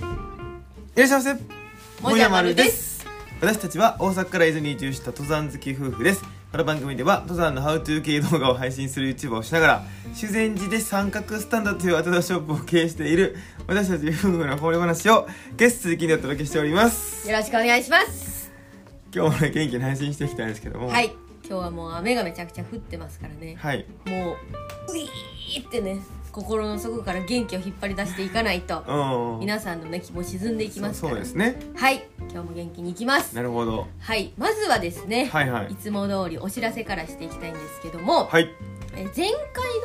いらっしゃいませもじゃまるです私たちは大阪から伊豆に移住した登山好き夫婦ですこの番組では登山のハウトゥー系動画を配信する YouTuber をしながら修善寺で三角スタンドというアウトドアショップを経営している私たち夫婦のこぼれ話をゲスト続きにお届けしておりますよろしくお願いします今日もね元気に配信していきたいんですけどもはい今日はもう雨がめちゃくちゃ降ってますからねはいもうういーってね心の底から元気を引っ張り出していかないとうん皆さんのね気も沈んでいきますそかうらですねはい今日も元気にいきますなるほどはいまずはですね、はいはいいつも通りお知らせからしていきたいんですけども、はいえー前回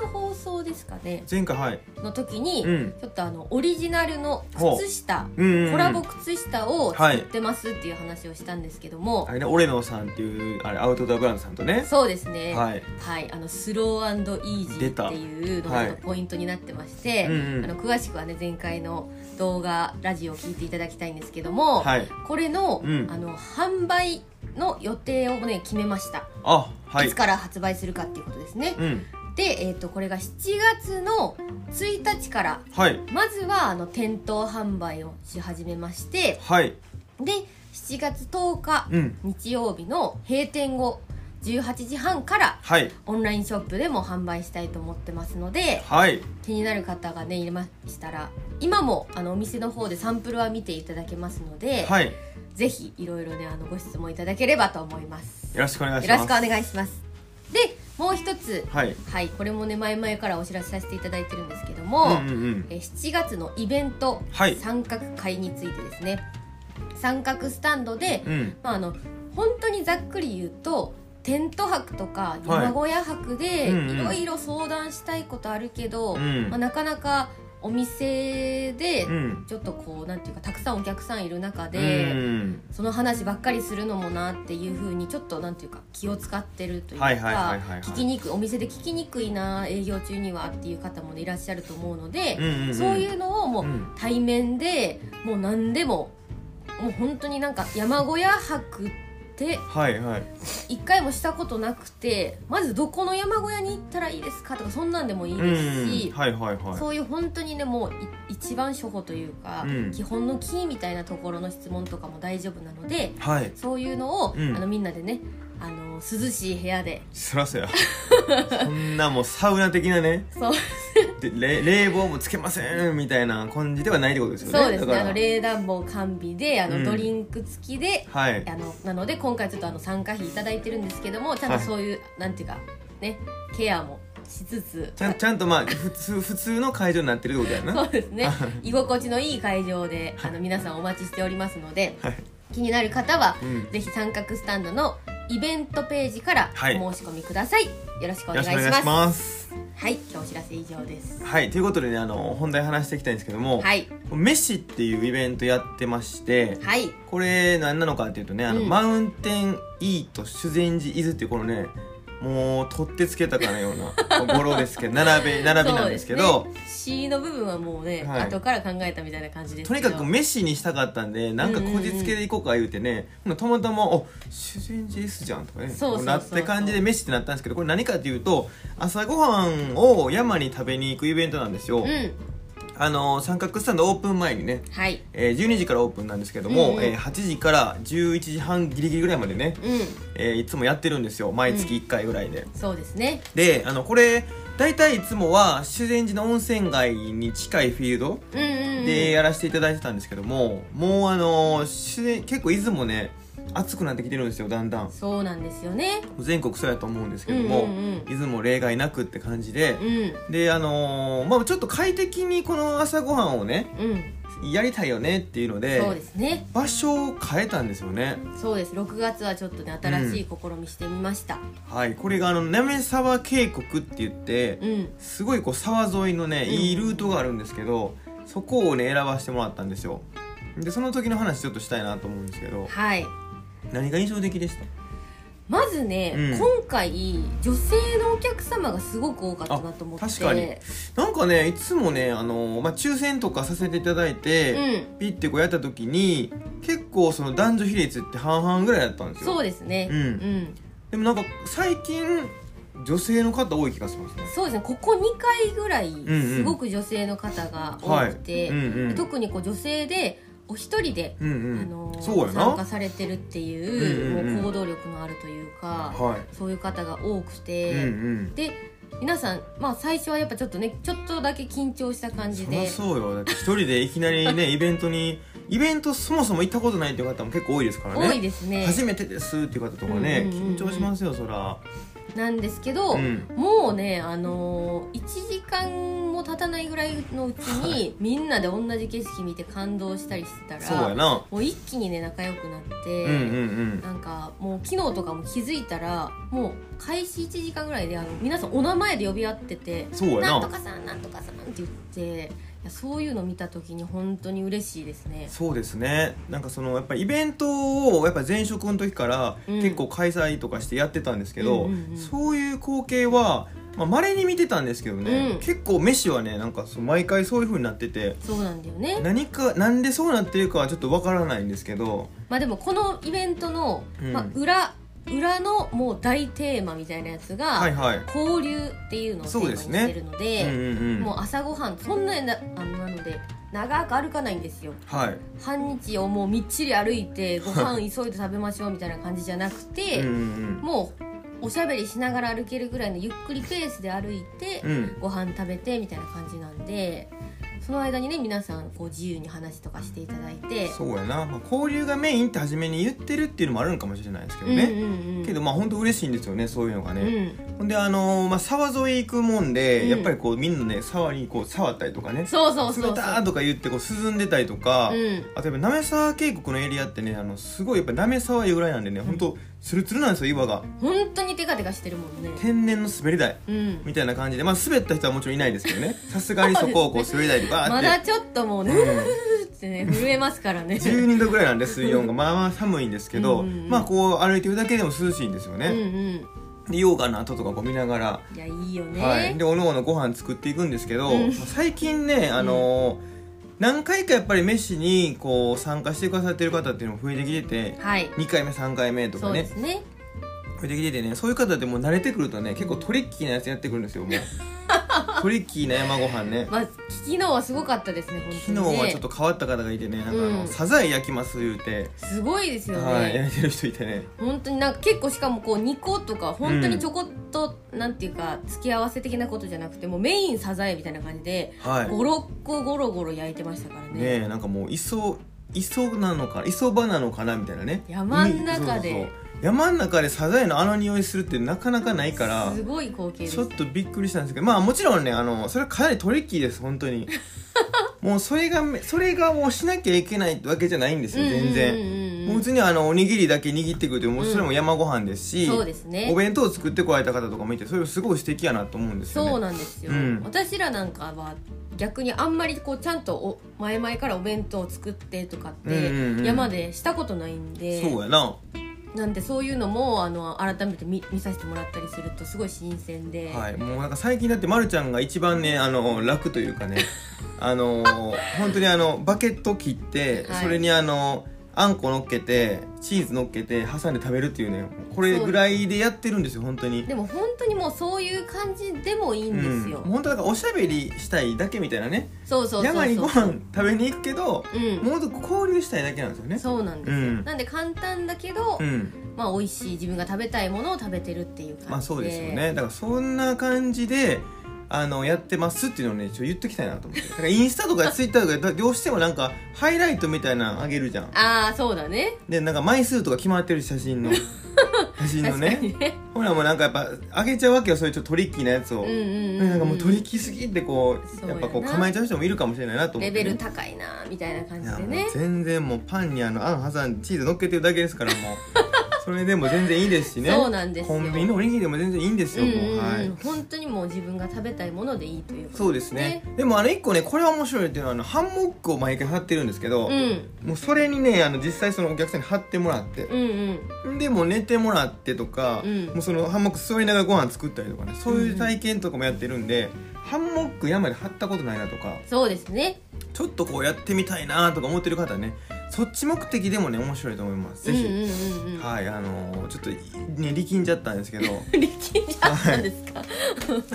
の放送ですかね前回はいの時に、うんちょっとあのオリジナルの靴下うんうんうんコラボ靴下を作ってますっていう話をしたんですけども、あれねオレノさんっていうあれアウトドアブランドさんとねそうですねはい、はいあのスローイージ出ーたっていうのはがいポイントになってまして、うんうんあの詳しくはね前回の動画ラジオを聞いていただきたいんですけども、はいこれの,、うんあの販売の予定をね決めました、あはいい、つから発売するかっていうことですね、うんで、えー、とこれが7月の1日からはいまずはあの店頭販売をし始めましてはいで7月10日、うん日曜日の閉店後18時半からはいオンラインショップでも販売したいと思ってますのではい気になる方がねいましたら今もあのお店の方でサンプルは見ていただけますので、はいよぜひいろいろねあのご質問いただければと思いますろしくお願いしよろましすくお願いしますでもう一つはいはいこれもね前々からお知らせさせていただいてるんですけども、うんうんうんえー7月のイベント、はい三角会についてですね三角スタンドで、うんまあ、あの本当にざっくり言うとテント泊とかはい山小屋泊でうんうんいろいろ相談したいことあるけど、うんまあ、なかなかお店でうんちょっとこうなんていうかたくさんお客さんいる中うで。んその話ばっかりするのもなっていうふうにちょっとなんていうか気を使ってるというかはいはいはいはいはい聞きにくいお店で聞きにくいな営業中にはっていう方もねいらっしゃると思うので、うんうんそういうのをもううん対面でもう何でももう本当になんか山小屋泊ってはいはい一回もしたことなくてまずどこの山小屋に行ったらいいですかとかそんなんでもいいですしうん、はいはいはそういう本当にねもうい一番初歩というか、うん基本のキーみたいなところの質問とかも大丈夫なのいではいそういうのを、うんあのみんなでねあの涼しい部屋でそらそやそんなもうサウナ的なねそうでれ冷房もつけませんみたいな感じではないってことですよねそうですだかねあらの冷暖房完備であの、うんドリンク付きではいあのなので今回ちょっとあの参加費いただいてるんですけどもちゃんはといそういう、なんていうかねケアもしつつちゃんちゃんとまあ普通普通の会場になってるってことやなそうですね居心地のいい会場であの皆さんお待ちしておりますので、はい気になる方は、うんぜひ三角スタンドのイベントページからはいお申し込みください、よろしくおよろ願いししくおま願いすしますはい今日お知らせ以上ですはいということでねあの本題話していきたいんですけども、はいメッシっていうイベントやってまして、はいこれ何なのかっていうとねあの、うんマウンテンイート修善寺伊豆っていうこのねもう取ってつけたかのよう な語呂ですけど並べ並びなんですけそどうですね C の部分はもうね、はい後から考えたみたいな感じですとけにどかくメッシにしたかったんでなんかこじつけでいこうか言うてね、ほなたまたま「お修善寺 S じゃん」とかねそうそうそうそうなって感じでメッシってなったんですけどこれ何かっていうと朝ごはんを山に食べに行くイベントなんですよ。うんあの三角スタンドオープン前にねはいえー12時からオープンなんですけども、うんうんえー8時から11時半ギリギリぐらいまでね、うんえーいつもやってるんですよ毎月1回ぐらいで、そうですねであのこれ大体いつもは修善寺の温泉街に近いフィールドうんうん、うん、でやらせていただいてたんですけども、もうあのー修善結構出雲ね暑くなってきてるんですよだんだんそうなんですよね全国そうやと思うんですけども、うんうんうん出雲例外なくって感じでう、んであのーまあちょっと快適にこの朝ごはんをねうんやりたいよねっていうのでそうですね場所を変えたんですよねそうです6月はちょっとね新しい試みしてみましたはいこれがあの滑沢渓谷って言って、うん、すごいこう沢沿いのねうんいいルートがあるんですけど、そこをね選ばせてもらったんですよでその時の話ちょっとしたいなと思うんですけどはい何が印象的でしたまずね、うん今回女性のお客様がすごく多かったなと思ってあ確かになんかねいつもねあの、まあ、抽選とかさせていただいて、うんピッてこうやった時に結構その男女比率って半々ぐらいだったんですよそうですねうんでもなんか最近女性の方多い気がしますねそうですねここ2回ぐらいんすごく女性の方が多くて、はいうんうんで特にこう女性でお一人で、うんうあんのそうやな参加されてるっていうう,、んうんうんもう行動力のあるというか、はそういう方が多くい、うて、んで皆さん、まあ、最初はやっぱちょっとねちょっとだけ緊張した感うんじそりゃでそうよだって一人でいきなり ねイベントにイベントそもそも行ったことないっていう方も結構多いですからね多いですね初めてですっていう方とかね、うんうんうんうん緊張しますよそらなんですけど、うんもうね、あのー、1時間も経たないぐらいのうちにみんなで同じ景色見て感動したりしてたそうやらな、もう一気にね仲良くなって、うんうんうんなんかもう昨日とかも気づいたらもう開始1時間ぐらいであの皆さんお名前で呼び合っててそうや「なんとなかさんなんとかさん」って言っていやそういうの見た時に本当に嬉しいですね。そうですねなんかそのやっぱりイベントをやっぱ前職の時からうん結構開催とかしてやってたんですけど、うんうんうんそういう光景はまれ、稀に見てたんですけどね、うん結構飯はねなんかそう毎回そういう風になっててそうなんだよね何かなんでそうなってるかはちょっとわからないんですけどまあでもこのイベントの、うんまあ、裏裏のもう大テーマみたいなやつが、はいはい、交流っていうのをテーマにしてるのでうんうんうんもう朝ごはんそんなになあのなので長く歩かないんですよはい、半日をもうみっちり歩い てご飯急いで食べましょうみたいな感じじゃなくて、うんうんもうおしゃべりしながら歩けるぐらいのゆっくりペースで歩いて、うんうんご飯食べてみたいな感じなんでその間にね皆さんこう自由に話とかしていただいてそうやな、まあ、交流がメインって初めに言ってるっていうのもあるのかもしれないですけどんね、うんうん、けどまあ本当嬉しいんですよねそういうのがね、うん、ほんであのーまあ、沢沿い行くもんで、うんやっぱりこうみんなね沢にこう触ったりとかねそうそうそうそう冷たーとか言ってこう涼んでたりとか、うんあとやっぱ滑沢渓谷のエリアってねあのすごいやっぱ滑沢いうぐらいなんでね、ほんと、本当ツルツルなんですよ岩が本当にテカテカしてるもんね天然の滑り台うんみたいな感じでまあ滑った人はもちろんいないですけど ねさすがにそこをこう滑り台でバーまってだちょっともうね、うんってね震えますからね12度ぐらいなんで水温がまあまあ寒いんですけどうんうんうんまあこう歩いてるだけでも涼しいんですようんうね、んで溶岩の跡とかこう見ながらいやいいよね、はい、でおのおのご飯作っていくんですけど、うん最近ね、あのー何回かやっぱり飯にこう参加してくださってる方っていうのも増えてきててはい2回目3回目とそかうでねすね増えてきててねそういう方でもう慣れてくるとね結構トリッキーなやつやってくるんで すよもうトリッキーな山ご飯ねまあ昨日はすごかったですね本当昨に日ねはちょっと変わった方がいてねなんかあの、うんサザエ焼きます言うて、すごいですよね、はい焼いてる人いてね本当になんか結構しかもこう2個とか本当にちょこっと、なんていうか付き合わせ的なことじゃなくてもうメインサザエみたいな感じではい56個ゴロゴロ焼いてましたからねねえなんかもう磯磯なのか磯場なのかなみたいなね山ん中で海そうそうそう山ん中でサザエのあの匂いするってなかなかないからすごい光景でちょっすとびっくりしたんですけどまあもちろんねあのそれはかなりトリッキーです本当 にもうそれがそれがもうしなきゃいけないわけじゃないんですよ全うん然、うんうんうんもう普通にあのおにぎりだけ握ってくるというもうそれも山ご飯ですし、そうですねお弁当を作ってこられた方とかもいてそれすごい素敵やなと思うんですよねそうなんですよ、うん私らなんかは逆にあんまりこうちゃんとお前々からお弁当を作ってとかっうんうんうてん山でしたことないんで、そうやな、なんでそういうのもあの改めて見見させてもらったりするとすごい新鮮で、はい、もうなんか最近だってまるちゃんが一番ねあの楽というか ねあの本当にあのバケット切って、はいそれにあのあんこ乗っけてチーズ乗っけて挟んで食べるっていうねこれぐらいでやってるんですよ本当にでも本当にもうそういう感じでもいいんですよ、うん、本当だからおしゃべりしたいだけみたいなねそうそうそうそう山にご飯食べに行くけどうんもうちょっと交流したいだけなんですよねそうなんですよ、うんなんで簡単だけど、うんまあ美味しい自分が食べたいものを食べてるっていう感じでまあそうですよねだからそんな感じであのやってますっていうのをねちょっと言っときたいなと 思ってだからインスタとかツイッターとかだどうしてもなんかハイライトみたいなのあげるじゃんああそうだねでなんか枚数とか決まってる写 真の写真の確かねにねほらもうなんかやっぱあげちゃうわけよそういうちょっとトリッキーなやつを、うんうんうんなんかもうトリッキーすぎってこそううややっなぱこう構えちゃう人もいるかもしれないなと思っレてね、ベル高いなみたいな感いじやでもうね全然もうパンにあのあん挟んでチーズ乗っけてるだけですからもうそれでも全然いいですしねそうなんですよコンビニのおにぎりでも全然いいんですうよ、んもうんううんはい本当にもう自分が食べたいものでいいということそうですねでもあの一個ねこれは面白いっていうのはあのハンモックを毎回貼ってるんですけど、うんもうそれにねあの実際そのお客さんに貼ってもらって、うんうんでもう寝てもらってとか、うんもうそのハンモック座りながらご飯作ったりとかねそういう体験とかもやってるんで、ハンモック山で貼ったことないなとかそうですねちょっとこうやってみたいなとか思ってる方はねそっち目的でもね面白いと思いますぜひ、うんうんうんうんはいあのーちょっとね力んじゃったん ですけど力んじゃったんですか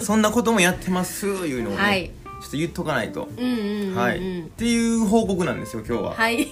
そんなこともやってますいうのをね、はいちょっと言っとかないと、うんうんうんうんはいっていう報告なんですよ今日は、はい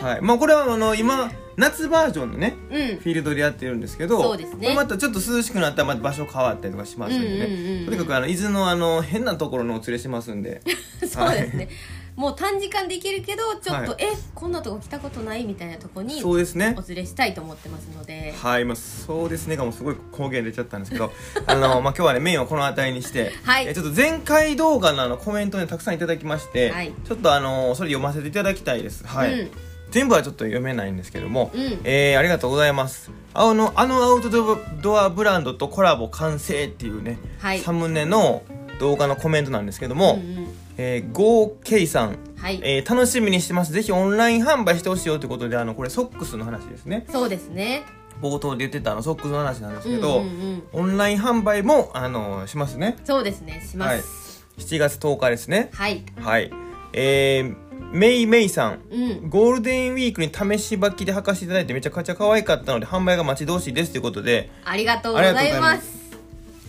はいまあ、これはあの今夏バージョンのねうんフィールドでやってるんですけどそうですこねれまたちょっと涼しくなったらまた場所変わったりとかしますんでね、うんうんうんうんとにかくあの伊豆のあの変なところのお連れしますんでそうですねもう短時間で行けるけどちょっと、はえこんなとこ来たことないみたいなとこにそうですねお連れしたいと思ってますのではい、まあ、そうですねがもうすごい光源出ちゃったんですけど あの、まあ、今日はねメインはこの辺りにして、はいえちょっと前回動画のあのコメントねたくさんいただきまして、はいちょっとあのそれ読ませていただきたいです、はいうん全部はちょっと読めないんですけども、うんえーありがとうございますあのあのアウトドアブランドとコラボ完成っていうね、はいサムネの動画のコメントなんですけども、うんうんえー、ゴーケイさん、はい、えー楽しみにしてますぜひオンライン販売してほしいよということであのこれソックスの話ですねそうですね冒頭で言ってたあのソックスの話なんですけど、うんうんうんオンライン販売もあのしますねそうですねします7月10日ですねはい、はいえー、メイメイさんうんゴールデンウィークに試し履きで履かせていただいてめちゃくちゃ可愛かったので販売が待ち遠しいですということでありがとうござありがとういございまます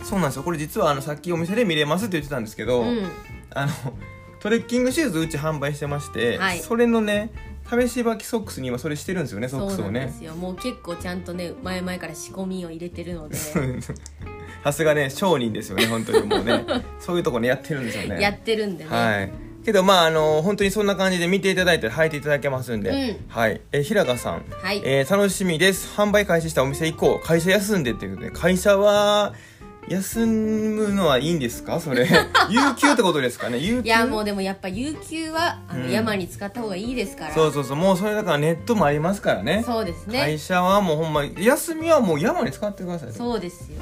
そうなんですよこれ実はあのさっきお店で見れますって言ってたんですけど、うんあのトレッキングシューズうち販売してまして、はいそれのね試し履きソックスに今それしてるんですよねソックそうスなをんでねすよもう結構ちゃんとね前々から仕込みを入れてるので さすがね商人ですよね本当にもう ねそういうとこねやってるんですよねやってるんでね、はいけどまああの本当にそんな感じで見ていただいて履いていただけますんで、うんはいえ平賀さん、はいえー楽しみです販売開始したお店以降会社休んでっていうことで会社は休むのはいいんですか それ有給ってことですかね有給いやもうでもやっぱ有給はあのうん山に使った方がいいですから、そうそうそうもうそれだからネットもありますからねそうですね会社はもうほんま休みはもう山に使ってくださいそうですよ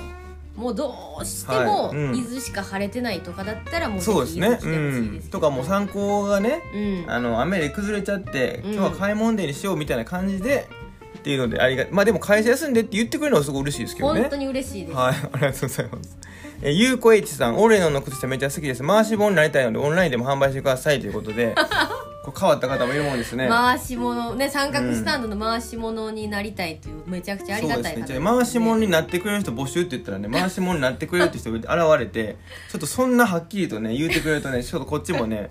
もうどうしてもはいうん伊豆しか晴れてないとかだったらもうそうですねぜひう伊豆来てほしいでんすけどとかもう参考がねうんあの雨で崩れちゃってうん今日は買い物デーにしようみたいな感じで、っていうのでありがまあでも会社休んでって言ってくれるのはすごい嬉しいですけどね本当に嬉しいです、はい ありがとうございますえゆうこえいちさんオレノンの靴下めっちゃ好きです回し本になりたいのでオンラインでも販売してくださいということ でこれ変わった方もいるもんですね、回し物ね三角スタンドの回し物になりたいというめちゃくちゃありそうがでたいすね話じゃあ回し物ねになってくれる人募集って言ったらね回し物になってくれるって人が現れてちょっとそんなはっきりとね言ってくれるとねちょっとこっちもね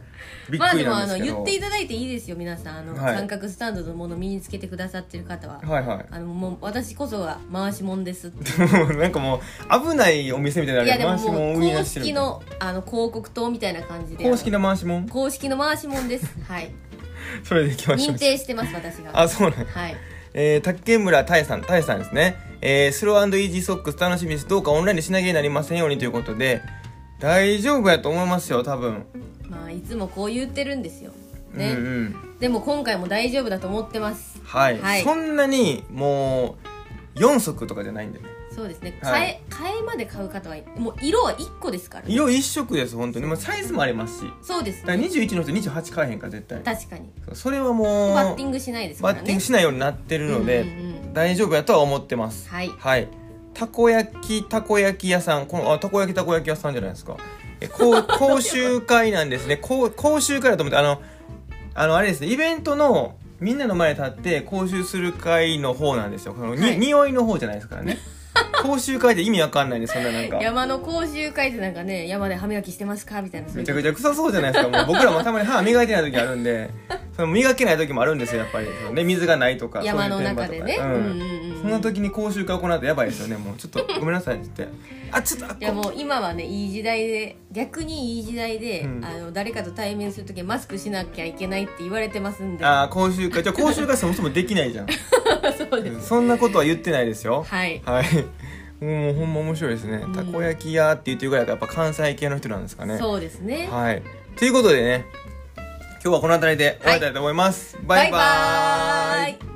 びっ まあくでりもなあんですのけど、言っていただいていいですよ皆さんあの、はい三角スタンドのもの身につけてくださってる方は、はいはいあのもう私こそが回し物ですっても うなんかもう危ないお店みたいないのあやれでも回しも物う売り公出してる式のあの広告塔みたいな感じで公式の回し物公式の回しもんです はいそれでいきましょう認定してます私 があそうなんやはいえー、竹村太さん太さんですねえー、スローイージーソックス楽しみですどうかオンラインでしなげになりませんようにということで大丈夫やと思いますよ多分、まあいつもこう言ってるんですよね、うんうんでも今回も大丈夫だと思ってますはい、はいそんなにもう4足とかじゃないんでねそうですねは替いえ替えまで買う方はもう色は1個ですからね色1色です本当にまあサイズもありますしだそうですからね21の人28買えへんから絶対確かにそれはもうバッティングしないですかバらッティンねグしないようになってるので、うんうんうん大丈夫やとは思ってますはいはいたこ焼きたこ焼き屋さんこのあたこ焼きたこ焼き屋さんじゃないですかえ こう講習会なんですねこう講習会だと思ってあのあのあれですねイベントのみんなの前に立って講習する会の方なんですよこのに、はい匂いの方じゃないですから ね講習会で意味わかんないんですそんななんか山の講習会でなんかね山で歯磨きしてますかみたいなそういめうちゃくちゃ臭そうじゃないですかもう僕らもたまに 歯磨いてない時あるんでその磨けない時もあるんですよやっぱりね水がないとか山のそういう中現で場とかねうんうんうんそんな時に講習会行うとやばいですよねもう ちょっとごめんなさいって言ってあちょっとあいやこもう今はねいい時代で逆にいい時代で、うんあの誰かと対面する時はマスクしなきゃいけないって言われてますんであー講習会じゃあ講習会そもそもできないじゃん そうですそんなことは言ってないですよはいはいもうほんま面白いですね、うんたこ焼き屋って言ってるぐらいだからやっぱ関西系の人なんですかねそうですねはいということでね今日はこの辺りで終わりたいと思います、バイババイバーイーイ